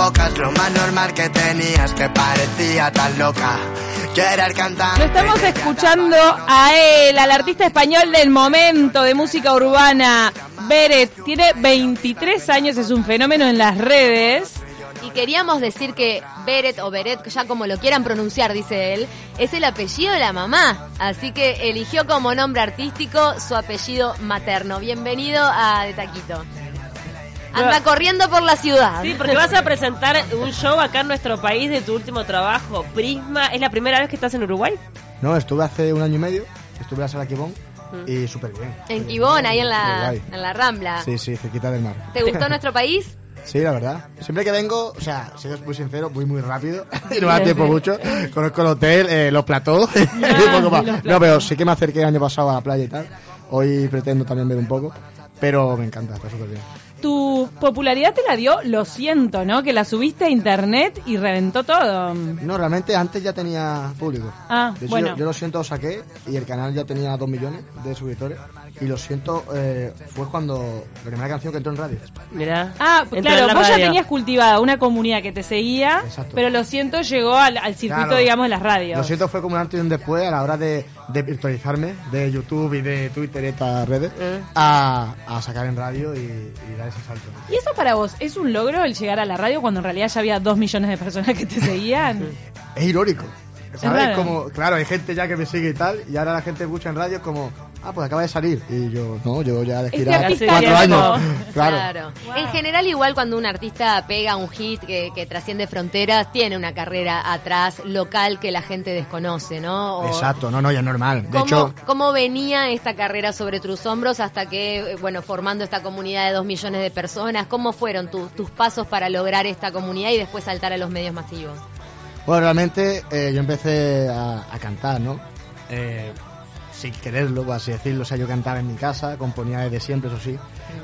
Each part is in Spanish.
bocas, lo más normal que tenías que parecía tan loca. Querer cantar. Lo estamos escuchando a él, al artista español del momento de música urbana, Beret. Tiene 23 años, es un fenómeno en las redes. Y queríamos decir que Beret o Beret, ya como lo quieran pronunciar, dice él, es el apellido de la mamá. Así que eligió como nombre artístico su apellido materno. Bienvenido a De Taquito. Anda corriendo por la ciudad. Sí, porque vas a presentar un show acá en nuestro país de tu último trabajo, Prisma. ¿Es la primera vez que estás en Uruguay? No, estuve hace un año y medio, estuve en la sala Quibón y súper bien. Mm. En Quibón, ahí en la, Uruguay. en la Rambla. Sí, sí, cerquita del mar. ¿Te gustó nuestro país? Sí, la verdad. Siempre que vengo, o sea, si es muy sincero, voy muy rápido y no me da tiempo mucho. Conozco el hotel, eh, los platós Ah, y poco más. No, pero sí que me acerqué el año pasado a la playa y tal. Hoy pretendo también ver un poco, pero me encanta, está súper bien. Tu popularidad te la dio, lo siento, ¿no? Que la subiste a internet y reventó todo. No, realmente antes ya tenía público. Ah, de hecho, bueno. yo, yo lo siento, lo saqué y el canal ya tenía 2 millones de suscriptores. Y lo siento, eh, fue cuando la primera canción que entró en radio. Mirá. Ah, Entra en claro, la vos ya radio. tenías cultivada una comunidad que te seguía, Exacto. pero lo siento, llegó al, al circuito, Claro. digamos, de las Lo radios. siento, fue como un antes y un después a la hora de, de virtualizarme de YouTube y de Twitter y estas redes Eh. a, a sacar en radio y, y dar ese salto. ¿Y eso para vos es un logro el llegar a la radio cuando en realidad ya había dos millones de personas que te seguían? Es irónico. ¿Sabes? raro. ¿eh? como, claro, hay gente ya que me sigue y tal, y ahora la gente escucha en radio como, ah, pues acaba de salir. Y yo, no, yo ya de Este gira artista cuatro ya años. no. Claro. En general, igual cuando un artista pega un hit que, que trasciende fronteras, tiene una carrera atrás local que la gente desconoce, ¿no? O- Exacto, no, no, ya es normal. De ¿Cómo, hecho, cómo venía esta carrera sobre tus hombros hasta que, eh, bueno, formando esta comunidad de dos millones de personas? ¿Cómo fueron tu- tus pasos para lograr esta comunidad y después saltar a los medios masivos? Bueno, realmente eh, yo empecé a, a cantar, ¿no? Eh, sin quererlo, por así decirlo. O sea, yo cantaba en mi casa, componía desde siempre, eso sí.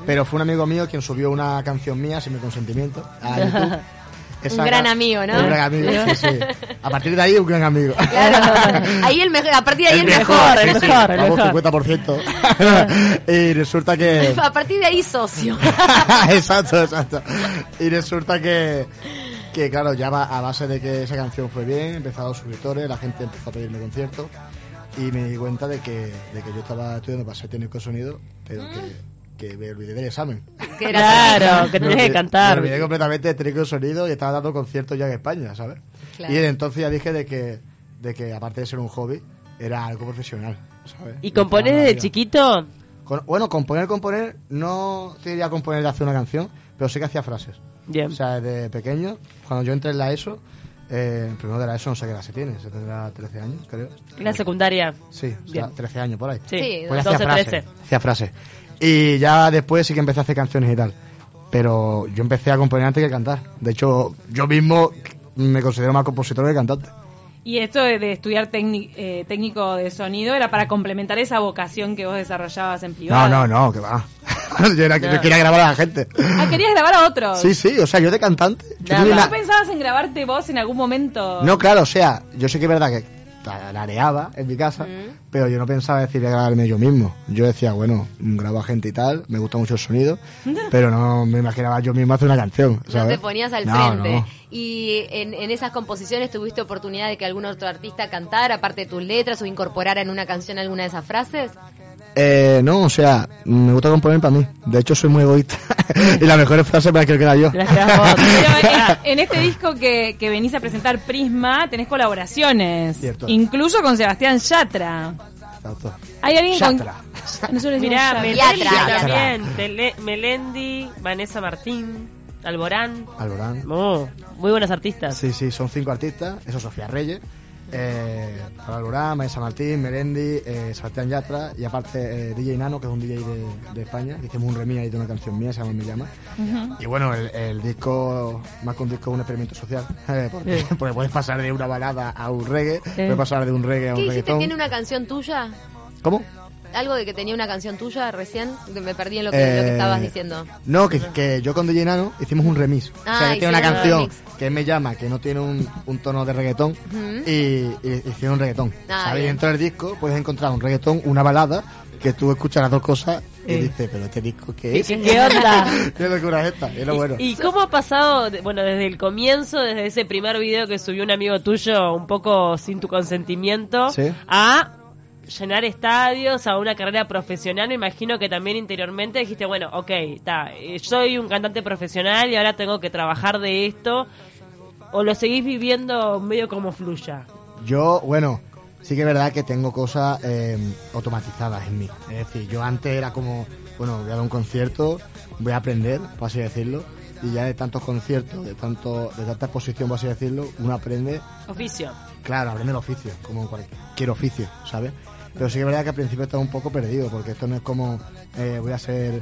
Pero fue un amigo mío quien subió una canción mía, sin mi consentimiento, a YouTube. Un gran amigo, ¿no? Un gran amigo, sí, sí. A partir de ahí, un gran amigo. Claro. ahí el mejor, a partir de ahí el, mejor. sí, el sí. mejor, el Vamos, mejor. 50%. y resulta que... A partir de ahí socio. exacto, exacto. Y resulta que, que claro, ya va- a base de que esa canción fue bien, empezaron los suscriptores, la gente empezó a pedirme conciertos y me di cuenta de que, de que yo estaba estudiando para ser técnico de sonido, pero que, que me olvidé del examen. Que era Claro, que Me tenés que olvidé- cantar. Me olvidé completamente de técnico de sonido y estaba dando conciertos ya en España, ¿sabes? Claro. Y desde entonces ya dije de que, de que aparte de ser un hobby, era algo profesional, ¿sabes? ¿Y componés desde chiquito chiquito? con- bueno, componer, componer, no te diría componer de hacer una canción, pero sí que hacía frases. Bien. O sea, desde pequeño, cuando yo entré en la ESO, eh, en primero de la ESO no sé qué clase tiene, se tendrá 13 años, creo. En la secundaria. Sí, o sea, Bien. 13 años por ahí. Sí. Sí, Pues hacía 12, frases. 13. Hacía frases. Y ya después sí que empecé a hacer canciones y tal. Pero yo empecé a componer antes que cantar. De hecho, yo mismo me considero más compositor que cantante. Y esto de, de estudiar técnic- eh, técnico de sonido era para complementar esa vocación que vos desarrollabas en No, privado. no, no, que va. yo, era, yo quería grabar a la gente. Ah, querías grabar a otros. Sí, sí, o sea, yo de cantante. yo Nada. tuve ¿No una- pensabas en grabarte vos en algún momento? No, claro, o sea, yo sé que es verdad que tarareaba en mi casa, Mm. pero yo no pensaba decirle grabarme yo mismo. Yo decía, bueno, grabo a gente y tal, me gusta mucho el sonido, pero no me imaginaba yo mismo hacer una canción. No ¿sabes? te ponías al No, frente. no. Y en, en esas composiciones tuviste oportunidad de que algún otro artista cantara, aparte de tus letras, o incorporara en una canción alguna de esas frases. Eh, no, o sea, me gusta componer para mí. De hecho, soy muy egoísta. y las mejores frases para que queda yo. Las creas vos. Pero en, en este disco que, que venís a presentar, Prisma, tenés colaboraciones. Cierto. Incluso con Sebastián Yatra. Exacto. ¿Hay alguien Yatra. con...? Nosotros decimos Yatra. Mirá, Melendi Yatra. también. Tele- Melendi, Vanessa Martín, Alborán. Alborán. Oh, muy buenos artistas. Sí, sí, son cinco artistas. Eso es Sofía Reyes, eh, Pablo Alborán, María San Martín, Melendi, eh, Sebastián Yatra y aparte eh, DJ Nano, que es un DJ de, de España. que Hicimos un remix ahí de una canción mía, se llama Me Llama. Y bueno, el, el disco, más que un disco, es un experimento social. eh, porque, porque puedes pasar de una balada a un reggae, puedes pasar de un reggae a ¿Qué un dijiste? reggaetón. ¿Tiene una canción tuya? ¿Cómo? Algo de que tenía una canción tuya recién. que Me perdí en lo que, lo que Eh, estabas diciendo. No, que, que yo con DJ Nano hicimos un remix. o sea, Ah, que tiene una hicieron un canción remix. que me llama, que no tiene un, un tono de reggaetón, y, y hicieron un reggaetón. Ah, ¿Sabes? Y bien. dentro del disco puedes encontrar un reggaetón, una balada, que tú escuchas las dos cosas Y dice, pero este disco qué ¿Qué, es. qué- qué onda? Qué locura es esta, y lo bueno. ¿Y, y cómo ha pasado, de- bueno, desde el comienzo, desde ese primer video que subió un amigo tuyo, un poco sin tu consentimiento, Sí. a llenar estadios, a una carrera profesional? Me imagino que también interiormente dijiste, bueno, ok, está, eh, soy un cantante profesional y ahora tengo que trabajar de esto. ¿O lo seguís viviendo medio como fluya? Yo, bueno, sí que es verdad que tengo cosas eh, automatizadas en mí. Es decir, yo antes era como, bueno, voy a dar un concierto, voy a aprender, por así decirlo, y ya de tantos conciertos, de, tanto, de tanta exposición, por así decirlo, uno aprende Oficio. Claro, aprende el oficio, como cualquier oficio, ¿sabes? Pero sí que es verdad que al principio estaba un poco perdido, porque esto no es como eh, voy a ser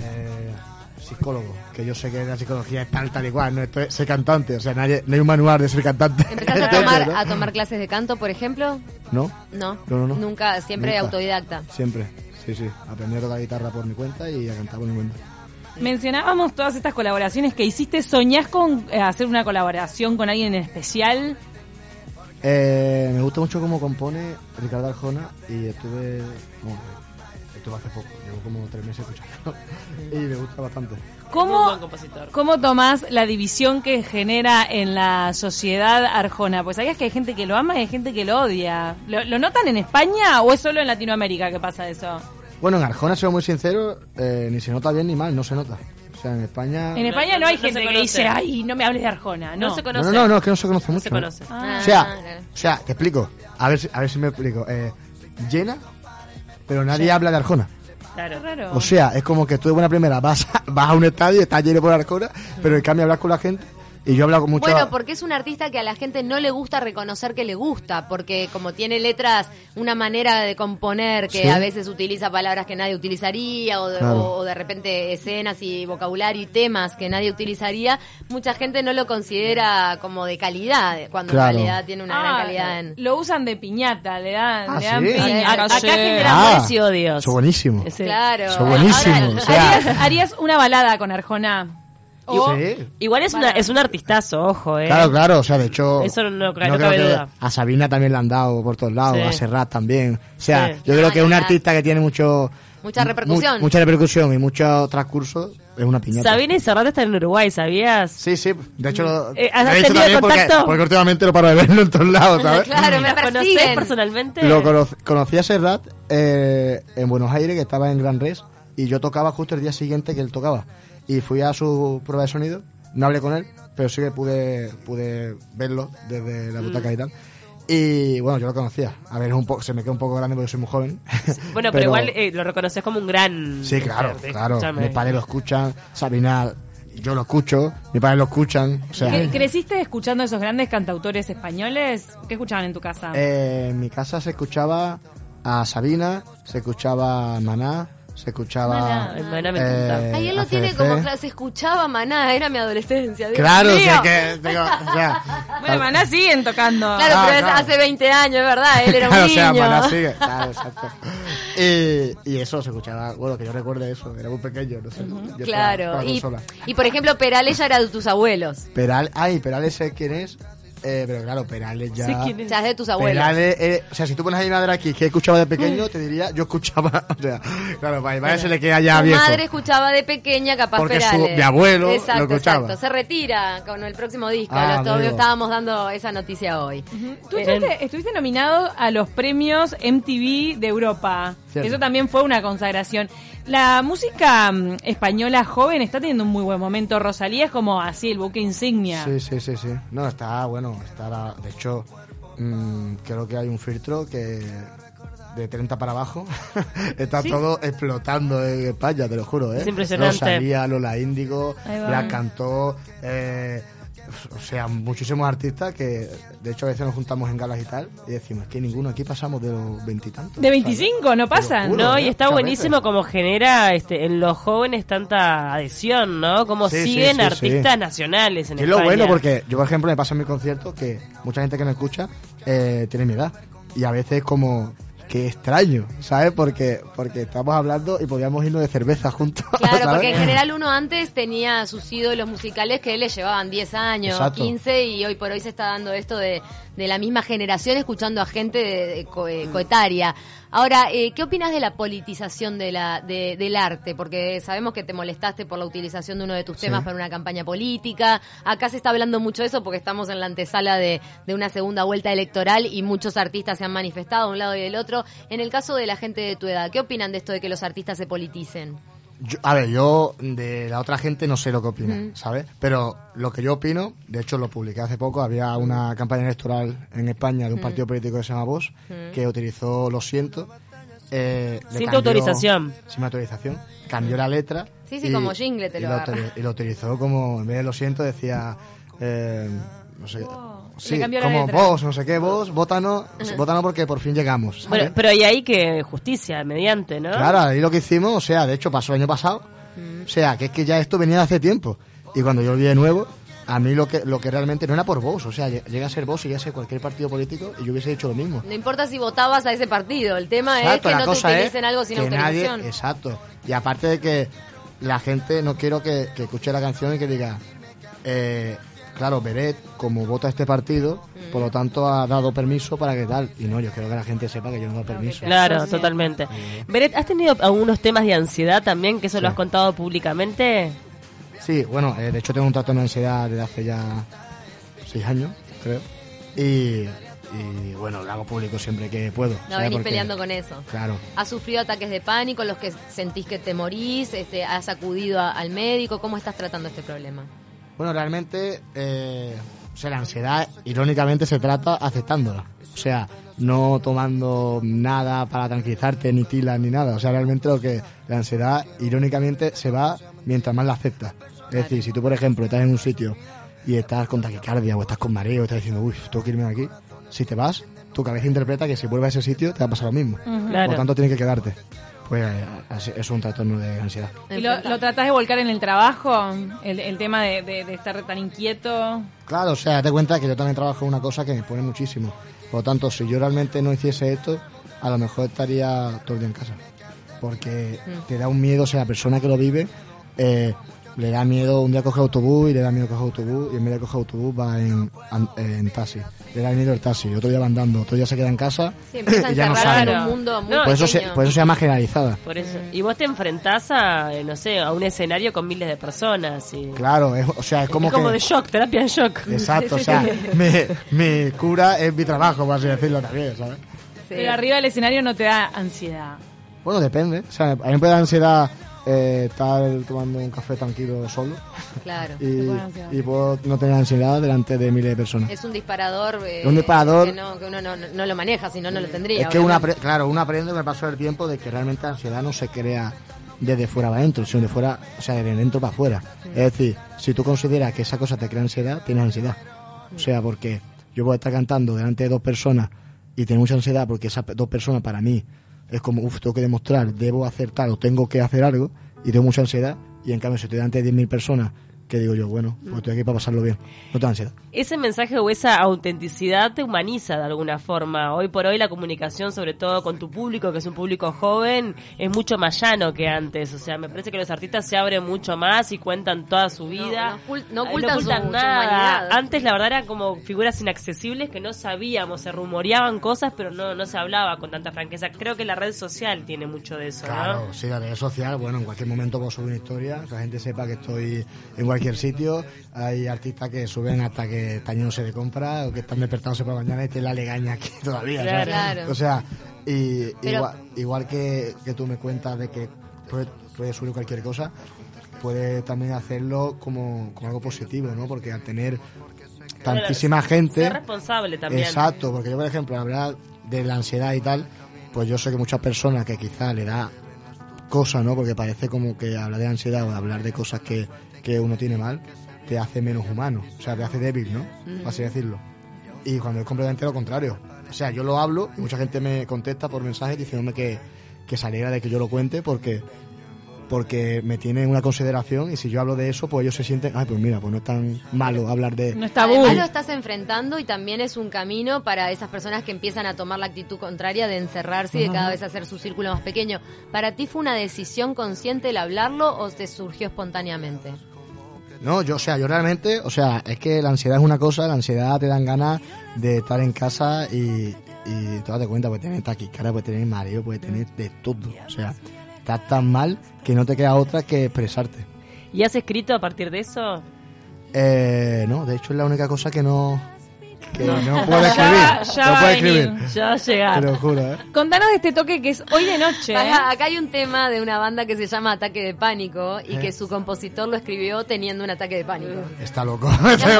eh, psicólogo, que yo sé que la psicología es tal, tal y cual, no esto es ser cantante, o sea, nadie, no hay un manual de ser cantante. ¿Empezaste a Entonces, tomar, ¿no? a tomar clases de canto, por ejemplo? ¿No? No, No, no, no. nunca, siempre Nunca. autodidacta. Siempre, sí, sí. Aprendí a tocar guitarra por mi cuenta y a cantar por mi cuenta. Mencionábamos todas estas colaboraciones que hiciste. ¿Soñás con eh, hacer una colaboración con alguien en especial? Eh, me gusta mucho cómo compone Ricardo Arjona y estuve. bueno, estuve hace poco, llevo como tres meses escuchando y me gusta bastante. Muy buen ¿Cómo, compositor. ¿Cómo tomás la división que genera en la sociedad arjona? Pues sabías que hay gente que lo ama y hay gente que lo odia. ¿Lo, lo notan en España o es solo en Latinoamérica que pasa eso? Bueno, en Arjona, soy muy sincero, eh, ni se nota bien ni mal, no se nota. O sea, en España... En No, España no, no, hay no gente se que conoce. dice, ay, no me hables de Arjona. No, No se No, conoce. no, no, no, es que no se conoce No mucho. se conoce. ¿eh? Ah, O, sea, claro. o sea, te explico. A ver, si- a ver si me explico. Eh, llena, pero nadie habla de Arjona. Claro. Raro. O sea, es como que tú de buena primera vas a, vas a un estadio, está lleno por Arjona, pero en cambio hablas con la gente y yo he hablado con mucha... Bueno, porque es un artista que a la gente no le gusta reconocer que le gusta, porque como tiene letras, una manera de componer que Sí. a veces utiliza palabras que nadie utilizaría, o de, Claro. o- o de repente escenas y vocabulario y temas que nadie utilizaría, mucha gente no lo considera como de calidad, cuando Claro. en realidad tiene una Ah, gran calidad en... Lo usan de piñata, le dan, Ah, le dan ¿sí? piña. Acá- acá Sí. genera- amores y odios. Eso Ah. buenísimo. Ese- Claro. Eso buenísimo. Ahora, o ¿Harías, sea, harías una balada con Arjona. Oh. O- sí. Igual es, una, es un artistazo, ojo, ¿eh? Claro, claro, o sea, de hecho. Eso no- no cabe creo que duda. A Sabina también le han dado por todos lados, Sí. a Serrat también. O sea, Sí. yo creo No, que un Serrat. artista que tiene mucho. Mucha repercusión. mu- mucha repercusión y muchos transcursos es una piñata. Sabina y Serrat están en Uruguay, ¿sabías? Sí, sí, de hecho. lo- Eh, ¿has lo he dicho tenido también porque, contacto? porque últimamente lo paro de verlo en todos lados, ¿sabes? Claro, me ¿Los conocés persiguen. personalmente? Lo cono- conocí a Serrat eh, en Buenos Aires, que estaba en Gran Res, y yo tocaba justo el día siguiente que él tocaba. Y fui a su prueba de sonido, no hablé con él, pero sí que pude, pude verlo desde Mm. la butaca y tal. Y bueno, yo lo conocía. A ver, es un poco, se me queda un poco grande porque soy muy joven. Bueno, pero, igual eh, lo reconoces como un gran... Sí, claro, Escuchame. claro. Mis padres lo escuchan, Sabina, yo lo escucho, mis padres lo escuchan. O sea, ¿Cre- ¿Creciste escuchando a esos grandes cantautores españoles? ¿Qué escuchaban en tu casa? Eh, en mi casa se escuchaba a Sabina, se escuchaba a Maná, se escuchaba. eh, Ay, Maná me encanta. Ahí él lo ACDC. tiene como clase, escuchaba maná, era mi adolescencia. Dios Claro, mío. o sea, que. digo, o sea, bueno, Maná siguen tocando. Claro, Ah, pero es claro. hace 20 años, es ¿verdad? Él era un o sea, niño. Maná sigue. Claro, exacto. Y, y eso se escuchaba, bueno, que yo recuerde eso, era muy pequeño, no sé. yo estaba- Claro. estaba Y, sola. y, por ejemplo, Perales ya era de tus abuelos. Peral, ay, Perales sé quién es, eh, pero claro, Perales ya. Sí, ¿quién es? Ya es de tus abuelos. Perales, eh, o sea, si tú pones ahí una de aquí que escuchaba de pequeño, te diría, yo escuchaba, o sea, claro, para Iván se le queda ya tu viejo. madre escuchaba de pequeña, capaz Porque su- Perales. mi abuelo lo exacto, escuchaba. Exacto. Se retira con el próximo disco. Ah, Lo- todavía amigo. estábamos dando esa noticia hoy. Tú estuviste, estuviste nominado a los premios MTV de Europa. Cierto. Eso también fue una consagración. La música mm, española joven está teniendo un muy buen momento. Rosalía es como así el buque insignia. Sí, sí, sí, sí. No, está bueno, está la- de hecho mm, creo que hay un filtro que de 30 para abajo está todo explotando en España, te lo juro, ¿eh? Es impresionante. Rosalía, Lola Índigo, Ahí va. la cantó eh, o sea, muchísimos artistas que de hecho a veces nos juntamos en galas y tal y decimos que ninguno aquí pasamos de los veintitantos. De 25, no pasan. juro. No, ¿eh? y está Muchas buenísimo veces. como genera este, en los jóvenes tanta adhesión, ¿no? Como Sí, sí, siguen sí, artistas sí. nacionales en Y es lo España. bueno porque yo, por ejemplo, me pasa en mi concierto que mucha gente que me escucha eh, tiene mi edad. Y a veces como que extraño, ¿sabes? Porque, porque estamos hablando y podíamos irnos de cerveza juntos. Claro, ¿sabes? porque en general uno antes tenía sus ídolos musicales que le llevaban 10 años, Exacto. 15, y hoy Mm. por hoy se está dando esto de, de la misma generación escuchando a gente de, de co- eh, coetaria. Ahora, eh, ¿qué opinas de la politización de la, de- del arte? Porque sabemos que te molestaste por la utilización de uno de tus temas para una campaña política. Acá se está hablando mucho de eso porque estamos en la antesala de, de una segunda vuelta electoral y muchos artistas se han manifestado de un lado y del otro. En el caso de la gente de tu edad, ¿qué opinan de esto de que los artistas se politicen? Yo- a ver, yo de la otra gente no sé lo que opina, ¿sabes? Pero lo que yo opino, de hecho lo publiqué hace poco, había una campaña electoral en España de un partido político que se llama Vox, que utilizó Lo siento. eh, le Sin tu cambió- autorización. Sin mi autorización. Cambió la letra. Sí, sí, como jingle te y lo agarra. utili- Y lo utilizó como, en vez de Lo siento, decía... eh, no sé, sí, Le cambió la como letra. vos, no sé qué, vos, vótanos, vótanos porque por fin llegamos. ¿sabes? Bueno, pero y ahí que justicia, mediante, ¿no? Claro, ahí lo que hicimos, o sea, de hecho pasó el año pasado. Mm. O sea, que es que ya esto venía de hace tiempo. Y cuando yo vi de nuevo, a mí lo que, lo que realmente no era por vos, o sea, lle- llega a ser vos y llega a ser cualquier partido político y yo hubiese dicho lo mismo. No importa si votabas a ese partido, el tema Exacto, es la que no te cosa es utilicen algo sin que nadie- autorización. exacto. Y aparte de que la gente, no quiero que, que escuche la canción y que diga, eh, claro, Beret, como vota este partido, Mm. por lo tanto ha dado permiso para que tal. Y no, yo quiero que la gente sepa que yo no doy permiso. Claro, totalmente. Beret, ¿has tenido algunos temas de ansiedad también, que eso lo has contado públicamente? Sí, bueno, eh, de hecho tengo un trastorno de ansiedad desde hace ya seis años, creo. Y, y, bueno, lo hago público siempre que puedo. No ¿sabes? venís Porque- peleando con eso. Claro. ¿Has sufrido ataques de pánico, los que sentís que te morís? Este, ¿Has acudido a- al médico? ¿Cómo estás tratando este problema? Bueno, realmente, eh, o sea, la ansiedad irónicamente se trata aceptándola. O sea, no tomando nada para tranquilizarte, ni tila, ni nada. O sea, realmente lo que la ansiedad irónicamente se va mientras más la aceptas. Es decir, si tú, por ejemplo, estás en un sitio y estás con taquicardia o estás con mareo, estás diciendo, uy, tengo que irme de aquí, si te vas, tu cabeza interpreta que si vuelves a ese sitio te va a pasar lo mismo. Por Claro. lo tanto, tienes que quedarte. Pues eh, así- es un trastorno de ansiedad. ¿Y lo, lo tratás de volcar en el trabajo? El, el tema de, de- de estar tan inquieto. Claro, o sea, date cuenta que yo también trabajo en una cosa que me pone muchísimo. Por lo tanto, si yo realmente no hiciese esto, a lo mejor estaría todo el día en casa. Porque Mm. te da un miedo, o sea, la persona que lo vive eh, le da miedo un día coge autobús y le da miedo coger autobús y en vez de coger autobús va en, an- eh, en taxi. Le da miedo el taxi, otro día va andando, otro día se queda en casa Sí, empieza a y ya no encerrar en sale. un mundo muy No, Por eso, se, pequeño. por eso se llama generalizada. Por eso. Y vos te enfrentás a, eh, no sé, a un escenario con miles de personas. Y... Claro, es- o sea, es como es como que... Eh. de shock, terapia de shock. Exacto, o sea, mi, mi cura es mi trabajo, por así decirlo también, ¿sabes? Sí. Pero arriba del escenario no te da ansiedad. Bueno, depende. O sea, a mí me puede dar ansiedad eh, estar tomando un café tranquilo solo Claro. y, puede dar ansiedad. y puedo no tener ansiedad delante de miles de personas. Es, Es un disparador, eh, Es un disparador. que, no- que uno no, no- no lo maneja, si no, no lo tendría. que uno obviamente. apre- claro, uno aprende con el paso del tiempo de que realmente la ansiedad no se crea desde fuera para adentro, sino de fuera, o sea, de dentro para afuera. Es decir, si tú consideras que esa cosa te crea ansiedad, tienes ansiedad. O sea, porque yo voy a estar cantando delante de dos personas y tengo mucha ansiedad porque esas dos personas para mí es como, uff, tengo que demostrar, debo hacer tal o tengo que hacer algo y tengo mucha ansiedad. Y en cambio, si estoy delante de 10.000 personas, que digo yo, bueno, pues estoy aquí para pasarlo bien, no tengo ansiedad. Ese mensaje o esa autenticidad te humaniza de alguna forma. Hoy por hoy la comunicación, sobre todo con tu público, que es un público joven, es mucho más llano que antes. O sea, me parece que los artistas se abren mucho más y cuentan toda su vida. no ocult- no ocultan su- su humanidad. Antes la verdad eran como figuras inaccesibles que no sabíamos, se rumoreaban cosas, pero no, no se hablaba con tanta franqueza. Creo que la red social tiene mucho de eso, ¿no? Claro, sí, la red social, bueno, en cualquier momento puedo subir una historia, que la gente sepa que estoy en cualquier sitio. Hay artistas que suben hasta que este están yéndose de compra o que están despertándose por la mañana y te la legaña aquí todavía. ¿sabes? Claro. O sea, y, Pero- igual, igual que, que tú me cuentas de que puedes subir cualquier cosa, puedes también hacerlo como, como algo positivo, ¿no? Porque al tener tantísima gente... Ser responsable también. Este, Exacto, porque yo, por ejemplo, hablar de la ansiedad y tal, pues yo sé que muchas personas que quizá le da cosa, ¿no? Porque parece como que hablar de ansiedad o hablar de cosas que, que uno tiene mal te hace menos humano, o sea, te hace débil, ¿no? Por Así decirlo. Y cuando es completamente lo contrario. O sea, yo lo hablo y mucha gente me contesta por mensajes diciéndome que, que se alegra de que yo lo cuente porque porque me tienen una consideración y si yo hablo de eso, pues ellos se sienten, ay, pues mira, pues no es tan malo hablar de... No es tabú. Además lo estás enfrentando y también es un camino para esas personas que empiezan a tomar la actitud contraria de encerrarse y de cada vez hacer su círculo más pequeño. ¿Para ti fue una decisión consciente el hablarlo o te surgió espontáneamente? No, yo, o sea, yo realmente, o sea, es que la ansiedad es una cosa, la ansiedad te dan ganas de estar en casa y, y tú date cuenta, puede tener taquicardia, puede tener mareo, puede tener de todo. O sea, estás tan mal que no te queda otra que expresarte. ¿Y has escrito a partir de eso? Eh, no, de hecho es la única cosa que no, que no, puedo escribir. Ya, ya no va puedo a venir. escribir. Ya va a Te llegar. lo juro, ¿eh? Contanos de este toque que es hoy de noche. ¿eh? Pará, acá hay un tema de una banda que se llama Ataque de Pánico y ¿Eh? que su compositor lo escribió teniendo un ataque de pánico. Está loco. Está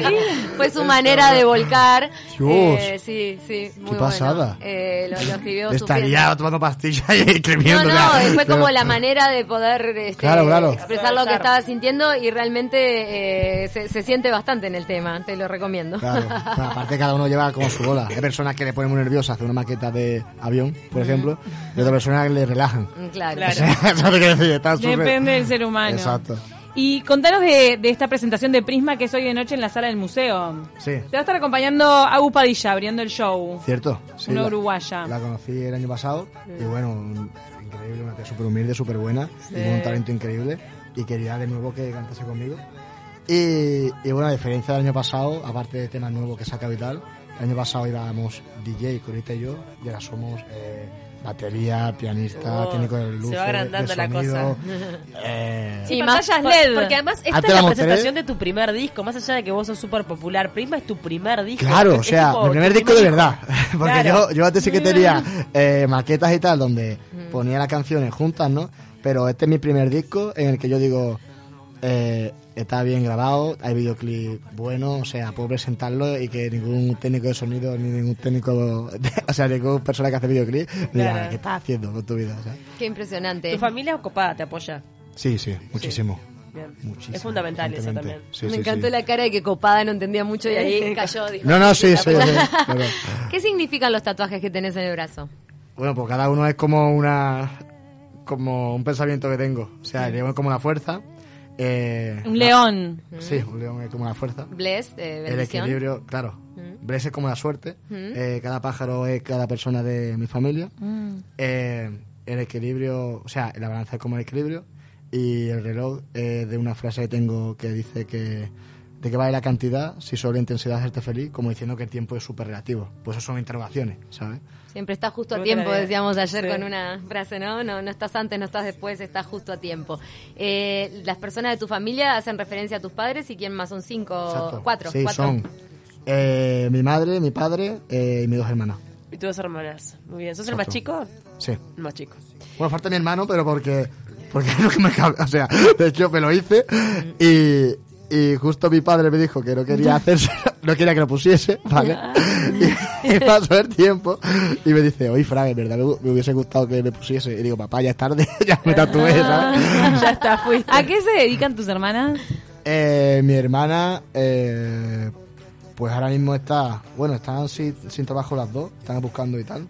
loco. Fue su manera de volcar. Dios. Eh, sí, sí. Muy bueno. pasada. Eh, lo, lo escribió Estaría tomando pastillas y escribiendo. No, no, o sea, fue pero- como la manera de poder este, Claro, claro. expresar lo que estaba sintiendo y realmente eh, se, se siente bastante en el tema, te lo recomiendo. Claro, Bueno, aparte cada uno lleva como su bola. Hay personas que le ponen muy nerviosas hacer una maqueta de avión, por ejemplo, y otras personas que le relajan. Mm, Claro. O sea, ¿sabes qué decir? Está súper- Depende del ser humano. Exacto. Y contanos de, de esta presentación de Prisma que es hoy de noche en la sala del museo. Sí, Te va a estar acompañando Agus Padilla abriendo el show. cierto. Sí, Una la- uruguaya. La conocí el año pasado y Mm. bueno, un- increíble, una tía súper humilde, súper buena y con un talento increíble. Y quería de nuevo que cantase conmigo. Y, y bueno, a diferencia del año pasado, aparte de temas nuevos que saca Vital, el año pasado íbamos DJ, Corita y yo, y ahora somos eh, batería, pianista, Oh, técnico de luces, se va agrandando de la sonido, eh, Sí, pantallas por- LED. Porque además esta Antes es la éramos tres. presentación de tu primer disco, más allá de que vos sos súper popular. Prisma es tu primer disco. Claro, Es o sea, Este tipo mi primer tu disco de primer verdad. Porque Claro. Mm. yo, yo antes sí que tenía eh, maquetas y tal, donde ponía las canciones juntas, ¿no? Pero este es mi primer disco en el que yo digo, eh, está bien grabado, hay videoclip bueno, o sea, puedo presentarlo y que ningún técnico de sonido, ni ningún técnico, o sea, ninguna persona que hace videoclip, diga, Claro. ¿qué estás haciendo con tu vida? O sea, Qué impresionante. Tu familia es copada, te apoya. sí, sí, muchísimo. Bien. muchísimo es fundamental eso constantemente. también. Sí, Me sí, sí. encantó la cara de que copada no entendía mucho y ahí cayó. dijo, No, no, sí, la sí, puta. sí, claro. ¿Qué significan los tatuajes que tenés en el brazo? Bueno, pues cada uno es como una como un pensamiento que tengo. O sea, el león es como una fuerza. eh, Un león. la- sí, un león es como una fuerza. Bless, eh, El bendición. equilibrio, claro. Mm. Bless es como la suerte. eh, cada pájaro es cada persona de mi familia. Mm. eh, el equilibrio, o sea, la balanza es como el equilibrio. Y el reloj eh, de una frase que tengo que dice que de qué vale la cantidad si solo la intensidad es hacerte feliz, como diciendo que el tiempo es súper relativo. Pues eso son interrogaciones, ¿sabes? Siempre estás justo a Otra tiempo, vez. decíamos ayer Sí. con una frase, ¿no? No no estás antes, no estás después, estás justo a tiempo. Eh, las personas de tu familia hacen referencia a tus padres y quién más son cinco, Exacto. cuatro. Sí, cuatro. son eh, mi madre, mi padre eh, y mis dos hermanas. Y tus dos hermanas. Muy bien. ¿Sos el más chico? Exacto. Sí. El más chico. Bueno, falta mi hermano, pero porque porque no que me cabe. O sea, de hecho me lo hice y, y justo mi padre me dijo que no quería hacerse, no quería que lo pusiese, ¿vale? Y, y pasó el tiempo y me dice, oye, Frank, en verdad me, hu- me hubiese gustado que me pusiese. Y digo, papá, ya es tarde, ya me tatué, Ah. ¿sabes? ya está, fuiste. ¿A qué se dedican tus hermanas? Eh, mi hermana, eh, pues ahora mismo está, bueno, están sin, sin trabajo las dos, están buscando y tal.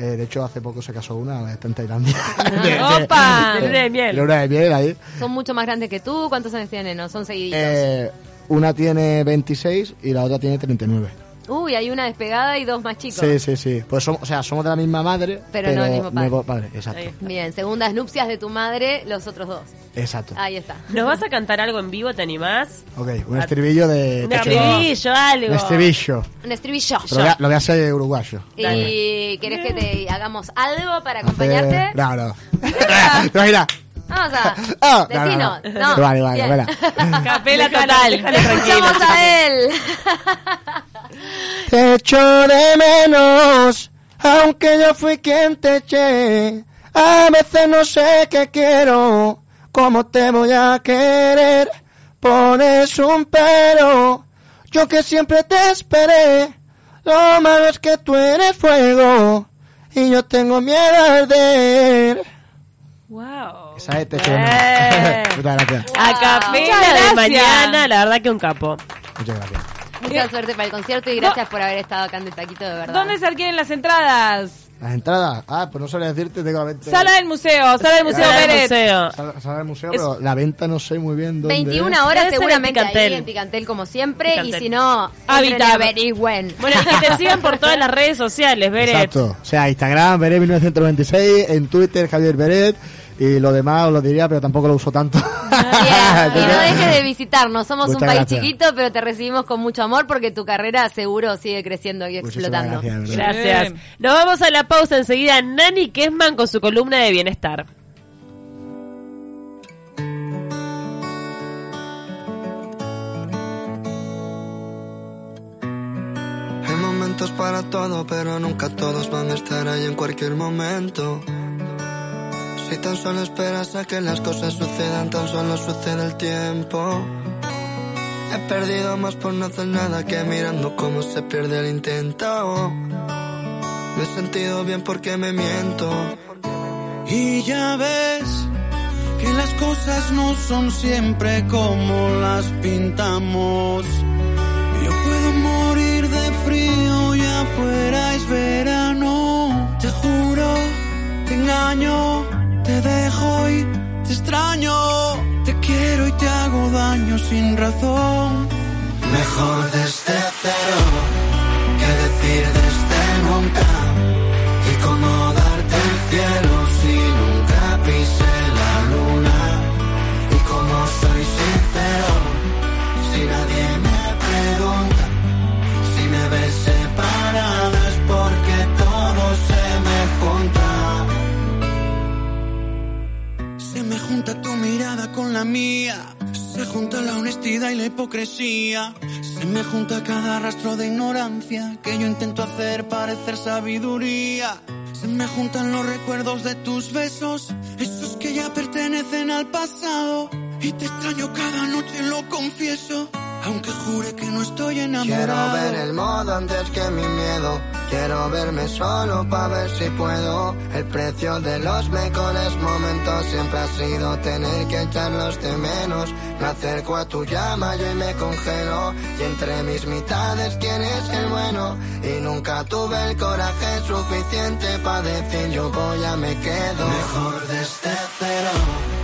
Eh, de hecho, hace poco se casó una, está en Tailandia. ¡Opa! De luna de miel. De luna de miel ahí. Son mucho más grandes que tú. ¿Cuántos años tienen? ¿No? Son seguiditos. Eh, una tiene 26 y la otra tiene 39. Uy, hay una despegada y dos más chicos. Sí, sí, sí. Pues somos, o sea, somos de la misma madre, Pero no del mismo padre. Exacto, Bien, segundas nupcias de tu madre, los otros dos. exacto. Ahí está. ¿Nos vas a cantar algo en vivo? ¿Te animás? Ok, un estribillo de... Un de- estribillo, algo. Un estribillo. Un estribillo. Pero lo voy a- lo voy a hacer uruguayo. Dale. ¿Y querés que te hagamos algo para acompañarte? Hacer- No, no. Te imaginas. Vamos a. Ah, no, Decinos. no, No. no. Vale, vale, Bien. vale. Capela Déjala, total. déjala tranquila. Escuchamos a él. Te echo de menos, aunque yo fui quien te eché. A veces no sé qué quiero, cómo te voy a querer. Pones un pero, yo que siempre te esperé. Lo malo es que tú eres fuego y yo tengo miedo a arder. Wow. Esa es Eh. Muchas gracias. A Muchas capela gracias. de mañana, la verdad que un capo. Muchas gracias. Mucha suerte para el concierto y gracias por haber estado acá en De Taquito, de verdad. ¿Dónde se adquieren las entradas? Las entradas, ah, pues no sabría decirte, tengo la venta. Sala del museo, sala del museo Sala del Pérez. museo. Sala, sala del museo, pero la venta no sé muy bien dónde. 21 horas Debe ser seguramente en Picantel. ahí en Picantel como siempre y Picantel. si no, Habitable. entren y averigüen. Bueno, y que te sigan por todas las redes sociales, Beret. Exacto. O sea, Instagram, Beret1996, en Twitter, Javier Beret, y lo demás os lo diría, pero tampoco lo uso tanto. Bien, y no dejes de visitarnos. Somos un Muchas país gracias. chiquito, pero te recibimos con mucho amor porque tu carrera seguro sigue creciendo y Muchísimas explotando. gracias, de verdad. Gracias. Bien. Nos vamos a la pausa enseguida. Nani Kesman con su columna de bienestar. Hay momentos para todo, pero nunca todos van a estar ahí en cualquier momento. Si tan solo esperas a que las cosas sucedan, tan solo sucede el tiempo. He perdido más por no hacer nada que mirando cómo se pierde el intento. Me he sentido bien porque me miento. Y ya ves que las cosas no son siempre como las pintamos. Yo puedo morir de frío y afuera es verano. Te juro, te engaño, te dejo y te extraño. Te quiero y te hago daño sin razón. Mejor desde cero que decir desde nunca. Y como darte el cielo si nunca pisé la luna. Y como soy sincero, si nadie me pregunta. Si me ves separada es porque todo se me junta. Se me junta tu mirada con la mía. Se junta la honestidad y la hipocresía. Se me junta cada rastro de ignorancia que yo intento hacer parecer sabiduría. Se me juntan los recuerdos de tus besos, esos que ya pertenecen al pasado. Y te extraño cada noche, lo confieso. Aunque jure que no estoy Quiero enamorado. ver el modo antes que mi miedo. Quiero verme solo para ver si puedo. El precio de los mejores momentos siempre ha sido tener que echarlos de menos. Me acerco a tu llama yo y me congelo. Y entre mis mitades, ¿quién es el bueno? Y nunca tuve el coraje suficiente para decir yo voy ya me quedo. Mejor desde cero